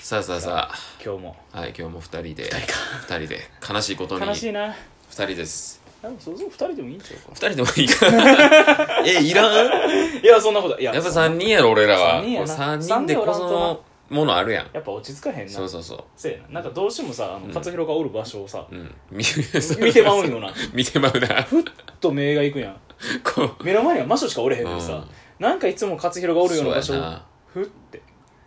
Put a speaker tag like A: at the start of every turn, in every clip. A: さあさあさ
B: 今日も
A: あ、はい、今日も二人で、
B: 二人か
A: 二人で、悲しいことに、
B: 悲し
A: 二
B: いな
A: 人です。
B: でもそうそう2人でもいいんちゃうか
A: 二人でもいいか なえ、いらん
B: いやそんなこといや
A: やっぱ三人やろ、俺らは。
B: 三人やな
A: 三人でこそのものあるやん。
B: やっぱ落ち着かへんな
A: そうそうそ
B: せやななんかどうしてもさあの勝弘がおる場所をさ、
A: う。うん。見そう
B: 見てまうよ な
A: 見てまうな。
B: ふっと目がいくやん
A: こ
B: 目の前には魔女しかおれへんのにさ、
A: うん
B: なんかいつも勝弘が
A: う。
B: おるような場
A: そう
B: 所
A: や
B: を
A: な。
B: ふって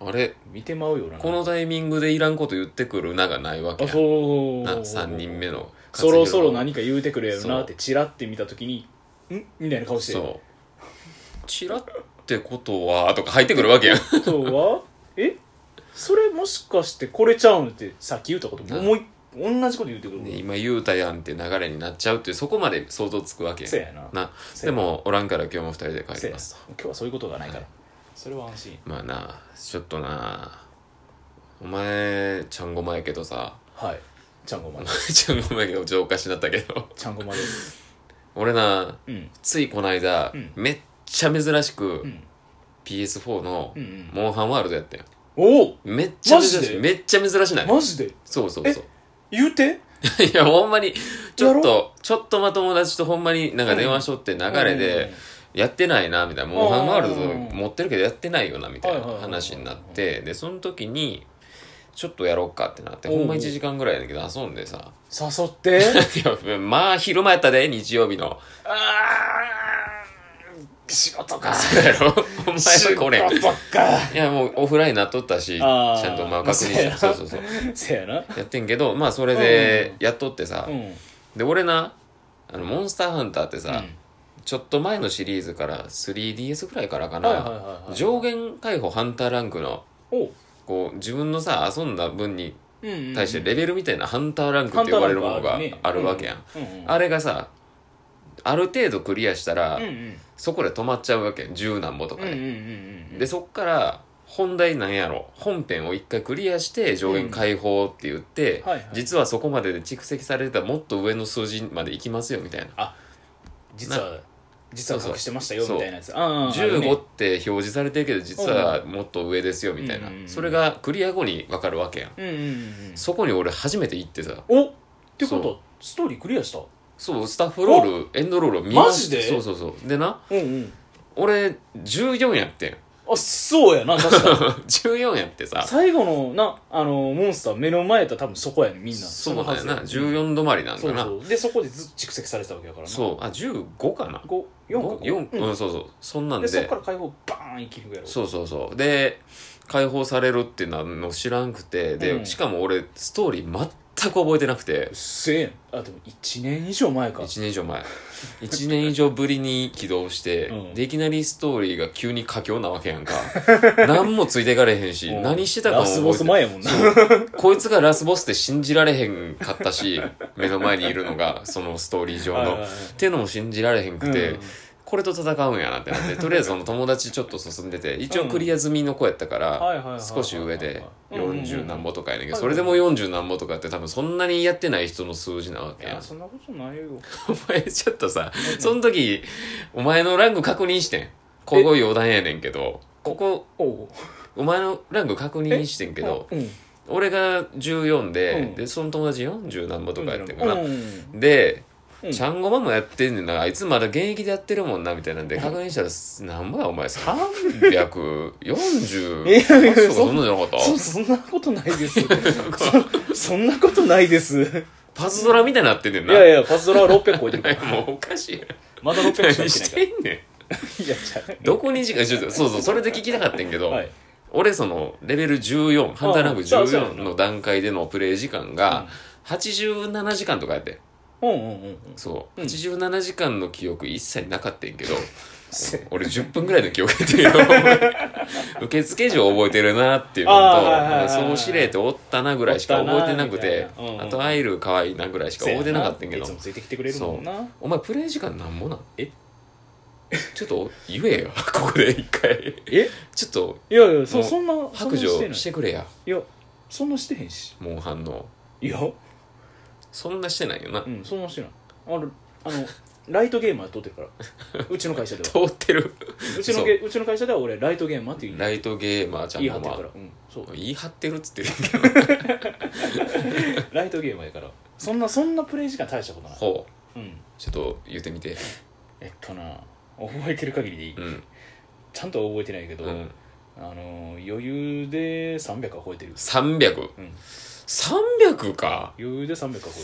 A: あれ
B: 見てまうよな
A: このタイミングでいらんこと言ってくるながないわけ
B: あ
A: やん。
B: そう
A: な、三人目の。
B: そろそろ何か言うてくれよなってチラって見た時にんみたいな顔して
A: そう。チラってことは、とか入ってくるわけやん。
B: そうはえそれもしかしてこれちゃうんってさっき言ったこと
A: な
B: もう一同じこと言うてくる、
A: ね今言うたやんって流れになっちゃうっていうそこまで想像つくわけ
B: そうやな
A: な
B: そう
A: で
B: やな
A: もおらんから今日も二人で帰
B: せ
A: り
B: や
A: ます
B: 今日はそういうことがないから、
A: はい
B: それは安心
A: まあなちょっとなお前ちゃんごまやけどさ
B: はいちゃんごま
A: お
B: で
A: 前ちゃんごまやけど浄化しなったけど
B: ちゃんごまです
A: 俺な
B: うん
A: ついこの間、
B: うん
A: めっちゃ珍しく、
B: うん
A: PS4 の
B: うんうん
A: モンハンワールドやったよ
B: おお
A: めっちゃ
B: マ
A: 珍
B: ジで
A: しいめっちゃ珍しない
B: マジで
A: そうそうそう
B: 言うて
A: いやほんまにちょっ
B: や
A: とちょっとま友達とほんまになんか電話しとって流れで、やってないなみたいなモンハンワールド持ってるけどやってないよなみたいな話になってでその時にちょっとやろうかってなってほんま1時間ぐらいだけど遊んでさ
B: 誘って
A: いやまあ昼間やったで日曜日の
B: あー仕事か
A: そうや ろお前
B: 仕
A: は
B: 事
A: これ
B: か
A: いやもうオフラインなっとったしち
B: あー
A: ゃんとまあ確認してそうう
B: そや
A: そうそう
B: せやな
A: やってんけどまあそれでやっとってさ
B: うん
A: で俺なあのモンスターハンターってさ
B: うん
A: ちょっと前のシリーズから 3DS ぐらいからか
B: はいはい
A: な
B: はいはい
A: 上限解放ハンターランクの
B: おう
A: こう自分のさ遊んだ分に
B: うんうんうん
A: 対してレベルみたいなハンターランクって呼ばれるものがあるわけやん、
B: うんうんうん、
A: あれがさある程度クリアしたら、
B: うんうん
A: そこで止まっちゃうわけ十何歩とか
B: うんうん
A: ね、
B: うんうん
A: でそっから本題なんやろ本編を一回クリアして上限解放って言って、
B: うんはいはい
A: 実はそこまでで蓄積されてたもっと上の数字までいきますよみたいな
B: 実は実は
A: そうそう
B: 隠してましたよ
A: そう
B: みたいなやつああ
A: 15って表示されてるけど実はもっと上ですよみたいな、
B: うんうんうん
A: それがクリア後に分かるわけやん、
B: うんうんうん
A: そこに俺初めて行ってさ
B: うんおってこ
A: そう
B: とストーリークリアした
A: そうスタッフロールエンドロールを見まして
B: マジで
A: そうそうそうでな
B: うんうん
A: 俺14やってん
B: あそうやな確かに
A: 14やってさ
B: 最後のなあのモンスター目の前やったら多分そこやねみんな
A: そうだよな
B: 四
A: 14止まりなん
B: そ
A: か
B: う
A: な
B: そうでそこでずっと蓄積されてたわけやからな
A: そうあ15かな
B: 五四か
A: 4
B: うん
A: うんそうそうそんなん
B: でそこ
A: で
B: から解放バーン一気にいくやろ
A: そうそうそうで解放されるってなの知らんくて
B: う
A: で
B: ん
A: しかも俺ストーリー全く覚えてなくて
B: うっせえんあでも1年以上前か
A: 1年以上前1年以上ぶりに起動して、
B: うん
A: でいきなりストーリーが急に佳境なわけやんか何もついていかれへんし
B: うん
A: 何してたかも
B: ラスボス前やもんな
A: こいつがラスボスって信じられへんかったし、目の前にいるのが、そのストーリー上
B: はいはい
A: の。
B: は
A: っ
B: い
A: ていうのも信じられへんくて、
B: うん
A: これと戦うんやなってなって、とりあえずその友達ちょっと進んでて、一応クリア済みの子やったか
B: はいはいはい
A: ら
B: は、い
A: 少し上で
B: うんうんうん
A: 40何歩とかやねんけど、
B: はい
A: それでも40何歩とかって多分そんなにやってない人の数字なわ
B: い
A: けや
B: や
A: ん。
B: そんなことないよ
A: お前ちょっとさ、その時、お前のランク確認してん。ここ余談やねんけど、ここ、
B: おお
A: お前のランク確認してんけど、
B: うん
A: 俺が14で、
B: うん
A: でその友達40何歩とかやってるかな、
B: うん
A: で、
B: うん
A: ちゃんごまもやってんねんなあいつまだ現役でやってるもんなみたいなんで確認したらす何倍やお前
B: いやいやいや
A: 340
B: そ
A: そんなんじゃなかった
B: そそんなことないです そそんなことないですい
A: パズドラみたいになってんねんない
B: やいやパズドラは600超えて るから
A: やもうおかしいやん
B: まだ600
A: 何
B: しかし
A: して
B: ない
A: てんね
B: からいやじゃあ
A: んどこに時間ちょっとそうそうそれで聞きたかったんやけど、
B: はい
A: 俺そのレベル14ハンターランク14の段階でのプレイ時間
B: う
A: が
B: ん
A: 87時間とかやってん
B: うんうんうん
A: そう、
B: うん
A: 87時間の記憶一切なかったんや けど
B: せ
A: 俺10分ぐらいの記憶やってるよ 受付嬢覚えてるなっていうのと
B: あーはいはいはいはい
A: 総司令とおったなぐらいしか覚えてなく
B: お
A: て
B: ったなみたいなうんうん
A: あとアイル可愛いなぐらいしか覚えてなかったんやけど
B: せやないつもついてきてくれるもんな
A: お前プレイ時間なんぼなん
B: え
A: ちょっと言えよ ここで一回
B: え
A: ちょっと
B: いやいや
A: も
B: そうそんな
A: 白
B: そん
A: 状
B: な
A: し
B: して
A: てくれや
B: ないいやそんなしてへんし
A: モンハンの
B: いや
A: そんなしてないよな、
B: うんそんなしてないあれあのライトゲーマー通ってるか らうちの会社では
A: 通ってる
B: うちのげうちの会社では俺ライトゲーマーっていう
A: ライトゲーマーちゃん
B: 言い
A: の
B: 張ってる
A: ま
B: か
A: あ
B: ら、うん、そう
A: 言い張ってるっつってるけど
B: ライトゲーマーやからそんなそんなプレイ時間大したことない、
A: ほう
B: うん、
A: ちょっと言ってみて
B: えっとな覚えてる限りでいい、
A: うん
B: ちゃんとは覚えてないけど、
A: うん
B: あの余裕で300は超えてる、
A: 300300
B: うん、
A: か
B: 余裕で300は超えてる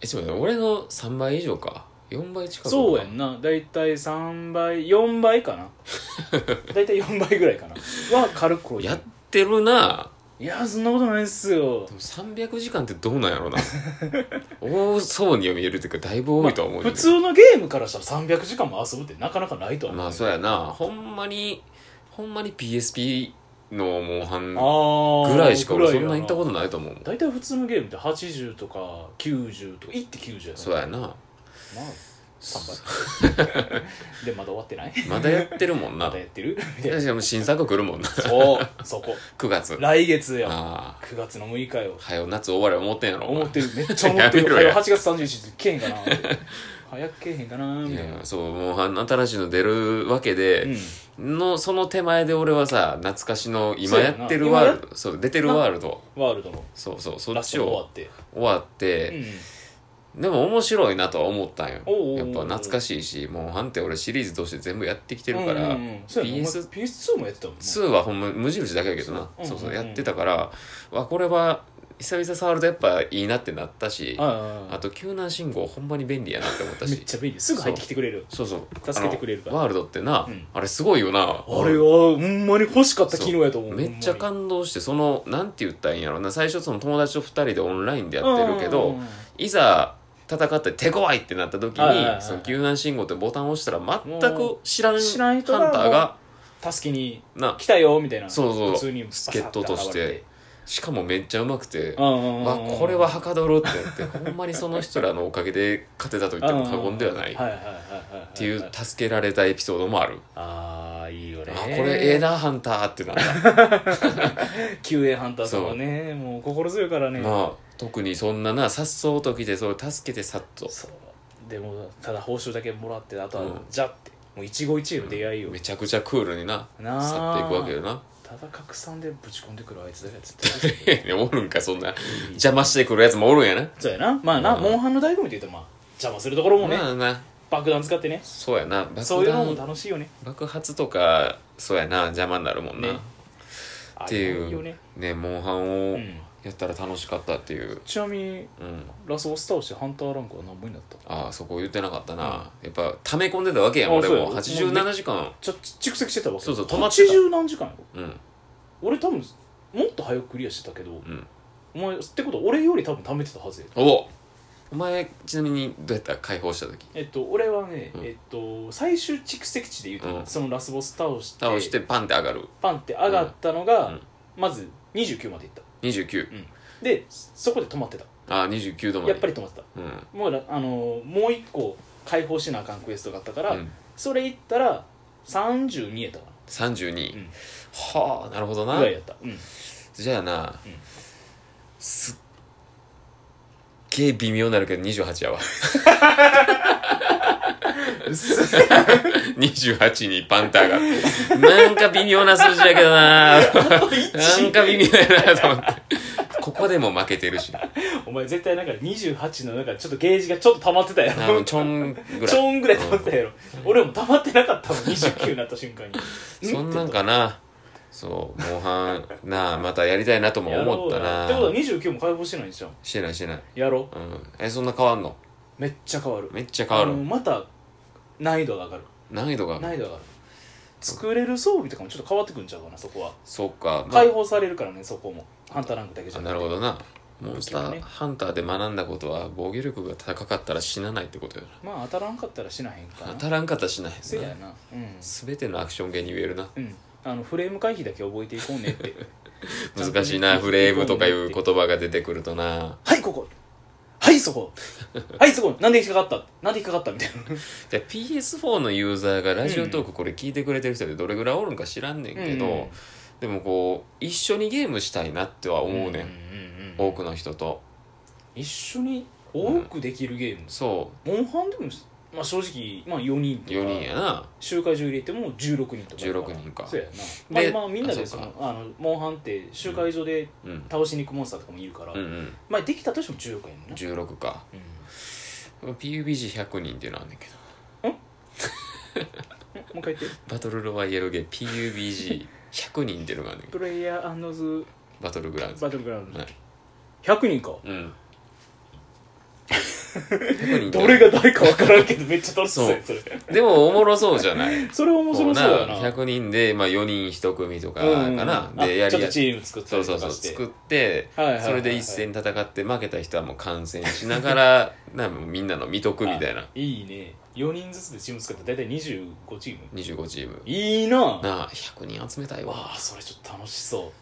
A: えちょっと待って俺の3倍以上か4倍近くか
B: そうやんな大体3倍4倍 かな大体4倍ぐらいかなは軽く超えて
A: や
B: る
A: ってるない
B: やそんなことないっすよ
A: でも300時間ってどうなんや ろうな多そうに見えるっていうかだいぶ多いとは思うけ
B: 普
A: ど
B: 通のゲームからしたら300時間も遊ぶってなかなかないとは思う
A: まあそうやなほんまにほんまに PSP のモンハン
B: あー
A: ぐらいしか俺そ
B: ぐ
A: ん
B: らいや
A: な行ったことないと思う
B: 大体普通のゲームって80とか90とか1って90や
A: そうやな
B: まあ3倍でまだ終わってない
A: まだやってるもん
B: ま
A: な
B: だやって るみたいな
A: しかも新作来るもんな
B: そうそこ
A: 9月
B: 来月よ
A: ああ
B: 9月の6日よ
A: はよ夏終われ思ってんやろお前
B: 思ってるめっちゃ思ってる
A: やめろや
B: 早8月31日けえへんかな早くけえへんかなみたいない
A: やそうモンハン新しいの出るわけで、のその手前で俺はさ懐かしの今やってる
B: そうや
A: ワ
B: な
A: ールドそう出てるワールド
B: うんワールドの
A: そうそうそ
B: ラ
A: っ
B: ス
A: ち
B: トが終わ
A: を
B: って
A: 終わって、
B: うん
A: でも面白いなとは思ったんよ
B: おうおうおう
A: やっぱ懐かしいしモンハンって俺シリーズとして全部やってきてるから、
B: うんうんうんそうやなお前
A: PS
B: PS2 もやってたもんな
A: 2はほんま無印だけやけどな
B: そう
A: そうそう
B: うんうん
A: や
B: うん
A: ってたからわこれは久々触るとやっぱいいなってなったし
B: あ
A: あ
B: あああ
A: と救難信号ほんまに便利やなって思った
B: めっ
A: し
B: ちゃ便利すぐ入ってきてくれる
A: そうそう
B: 助けてくれるから
A: あのワールドってな、
B: うん
A: あれすごいよな
B: あれはほんまに欲しかった機能やと思う
A: めっちゃ
B: か
A: 感動してそのなんて言ったらいいんやろな最初その友達と2人でオンラインでやってるけど、いざ戦って手強いってなった時
B: はいはいはい
A: にその救難信号ってボタンを押したら全く知らん
B: 知らん人が
A: ハンターが
B: 助けに
A: な
B: 来たよみたいな
A: そうそう
B: 普通に
A: 助っ人として
B: バサッ現れ
A: しかもめっちゃうまくて
B: うんうんうん
A: わこれははかどるって言ってほんまにその人らのおかげで勝てたと言っても過言ではない
B: は
A: っ
B: いはいはいはい
A: ていう助けられたエピソードもある
B: ああいいよ
A: あ
B: ね
A: これええなハンターってなった
B: 救援ハンターとかねもう心強いからね
A: まあ特にそんななさっそうと来てそれ助けてさっと
B: そうでもただ報酬だけもらってあと
A: う
B: は
A: ん
B: じゃってもう一期一会の出会いを
A: めちゃくちゃクールにな
B: なあ
A: 去っていくわけよな
B: ただ拡散でぶち込んでくるあいつだけは絶対
A: いやおるんかそんな邪魔してくるやつもおるんやな
B: そうやなまあな
A: うん
B: モンハンの醍醐味って言うとまあ邪魔するところもね
A: まあな
B: 爆弾使ってね
A: そうやな爆弾
B: そういうのも楽しいよね
A: 爆発とかそうやな邪魔になるもんな、
B: ねあ
A: ってい
B: れよ
A: う
B: ね
A: ねモンハンを
B: うん
A: やったら楽しかったっていう、
B: ちなみに
A: うん
B: ラスボス倒してハンターランクは何本になった
A: ああそこ言ってなかったな、やっぱ溜め込んでたわけやん
B: あ
A: 俺
B: そう
A: も
B: や
A: 87時間
B: ちょ蓄積してたわけ
A: そうそう止まってた
B: 80何時間やろ
A: うん
B: 俺多分もっと早くクリアしてたけど
A: うん
B: お前ってことは俺より多分貯めてたはずや
A: おお前ちなみにどうやった解放した時
B: えっと俺はね、
A: うん
B: えっと最終蓄積値で言うと、
A: うん
B: そのラスボス倒して
A: 倒してパンって上がる
B: パンって上がったのが、
A: うんうん
B: まず29までいった
A: 29
B: でそこで止まってた
A: ああ29度まで
B: やっぱり止まってた
A: うん
B: もうらあのーもう一個解放しなあかんクエストがあったから、
A: うん、
B: それいったら32やったか
A: 32、
B: うん
A: はあなるほど
B: な
A: な
B: ぐらいやった、 うん、
A: じゃあな、
B: うん
A: すっげえ微妙になるけど28やわ 28にパンターがなんか微妙な数字やけどななんか微妙やなと思ってここでも負けてるし
B: お前絶対なんか28の中ちょっとゲージがちょっと溜まってたや
A: あの
B: ろ
A: ちょんぐらい
B: ちょんぐらい溜まってたやろ、俺も溜まってなかったもん29になった瞬間に
A: そんなんかなそうモンハンなあまたやりたいなとも
B: やろ
A: 思っ
B: う
A: た
B: や
A: な
B: ってことは29も解放してないじゃん
A: してないしてない、
B: やろう
A: うん、えそんな変わんの
B: めっちゃ変わる
A: めっちゃ変わ
B: あの
A: る
B: また難易度が上がる
A: 難易度が
B: 難易度が上がる作れる装備とかもちょっと変わってくんちゃうかなそこは
A: そっか、まあ
B: 解放されるからねそこもハンターランクだけじ
A: あ
B: ゃ
A: なるほどなモンスタ
B: 武器は
A: ー
B: ね
A: ハンターで学んだことは防御力が高かったら死なないってことよ
B: まあ当たらんかったら死なへんか
A: な
B: な
A: 当たらんかったら死なへ
B: せ
A: ん
B: や
A: な
B: なうん、
A: 全てのアクション芸に言えるな
B: うん、あのフレーム回避だけ覚えていこうねって
A: 難しいなフレームとかいう
B: と
A: 言葉が出てくるとな
B: はいここはいそこはいそこなんで引っかかったなんで引っかかったみたいな
A: じゃあ PS4 のユーザーがラジオトークこれ聞いてくれてる人でどれぐらいおるんか知らんねんけど、
B: うん
A: でもこう一緒にゲームしたいなっては思うねん、
B: ん
A: 多くの人と
B: 一緒に多くできるゲーム、
A: そ
B: モンハンでもまあ、正直、まあ、4人とか
A: 4人やな
B: 集会場入れても16人とか
A: 16人か
B: そうやな
A: で
B: まあ、まあみんなで
A: あそ
B: そ
A: うか
B: のあのモンハンって集会場で
A: うん
B: 倒しに行くモンスターとかもいるから、
A: うんうん
B: まあ、できたとしても16やもんな、
A: 16か
B: うん
A: PUBG100 人っていうのあんねんけど
B: もう一回言って
A: バトルロワイヤルゲー PUBG100 人っていうのがあんねんけ
B: プ
A: ど
B: レイヤーズ
A: バトルグラウンド
B: バトルグラウンド、
A: はい
B: 100人か
A: うん100人って
B: どれが誰か分からんけどめっちゃ楽しそうやそれ
A: でもおもろそうじゃない
B: それ面白そうやな
A: こうな100人で、まあ、4人1組とか
B: うん
A: かな、
B: あ
A: でや
B: ちょ
A: り
B: っと
A: や
B: チーム作った
A: そう
B: り
A: そ
B: と
A: うそ
B: か
A: う
B: して
A: 作って、
B: はいはいはいはい
A: それで一戦戦って負けた人はもう観戦しながら なんかもうみんなの見とくみたいない
B: いね4人ずつでチーム作ったら大体25チーム
A: 25チーム
B: いいなあ
A: なあ100人集めたいわ
B: わあそれちょっと楽しそ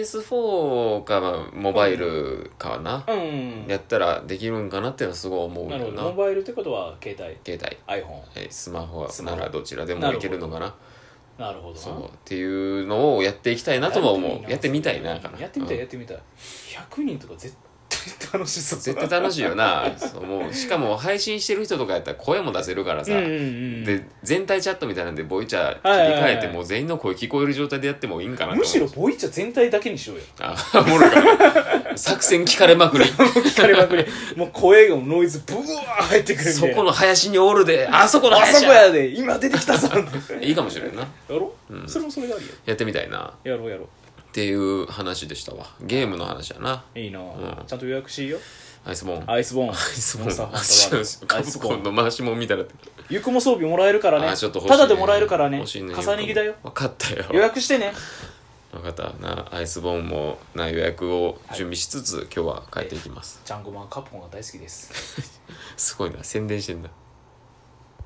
A: PS4 かまあモバイルかな
B: う、うん
A: やったらできるんかなっていうのはすごい思う
B: なる
A: よ
B: ほ
A: な
B: どモバイルってことは携帯
A: 携
B: iPhone
A: 帯、はい、スマホ
B: スマ
A: な
B: ホ
A: らどちらでもいけるのかな
B: なるほどな
A: そうっていうのをやっていきたいなとは思うやってみたいなかな
B: やってみたい
A: うん
B: やってみたい100人とか絶対楽しそう
A: 絶対楽しいよなそうもうしかも配信してる人とかやったら声も出せるからさ、
B: うんうんうん
A: で全体チャットみたいなんでボイチャ切り
B: はいはいは
A: 替
B: い
A: えてもう全員の声聞こえる状態でやってもいいんかなと思う
B: むしろボイチャ全体だけにしようよ
A: あおもろいかな作戦聞かれま くり
B: 聞かれま くりもう声がノイズブワー入ってくるみ
A: そ
B: たいな
A: この林におるであそこの
B: あそ
A: 林
B: こやで今出てきたぞ
A: いいかもしれんな
B: やろ、
A: うん
B: それもそれがあり
A: やってみたいな
B: ややろうやろ
A: っていう話でしたわゲームの話やな
B: ういいなあ、
A: うん
B: ちゃんと予約しいよ
A: アイスボーンア
B: アイスボーン
A: イスボ
B: サ
A: ー
B: フ
A: ン
B: ァーワールド
A: カプコンの回しもんみたいになってる
B: ゆくも装備もらえるからね
A: あちょっと欲しい
B: ただでもらえるからね
A: 欲しい
B: 重ね着だよ
A: 分かったよ
B: 予約してね
A: 分かったなアイスボーンもな予約を準備しつつ、今日は帰っていきます、
B: ちゃんこまんカプコンが大好きです
A: すごいな宣伝してんだ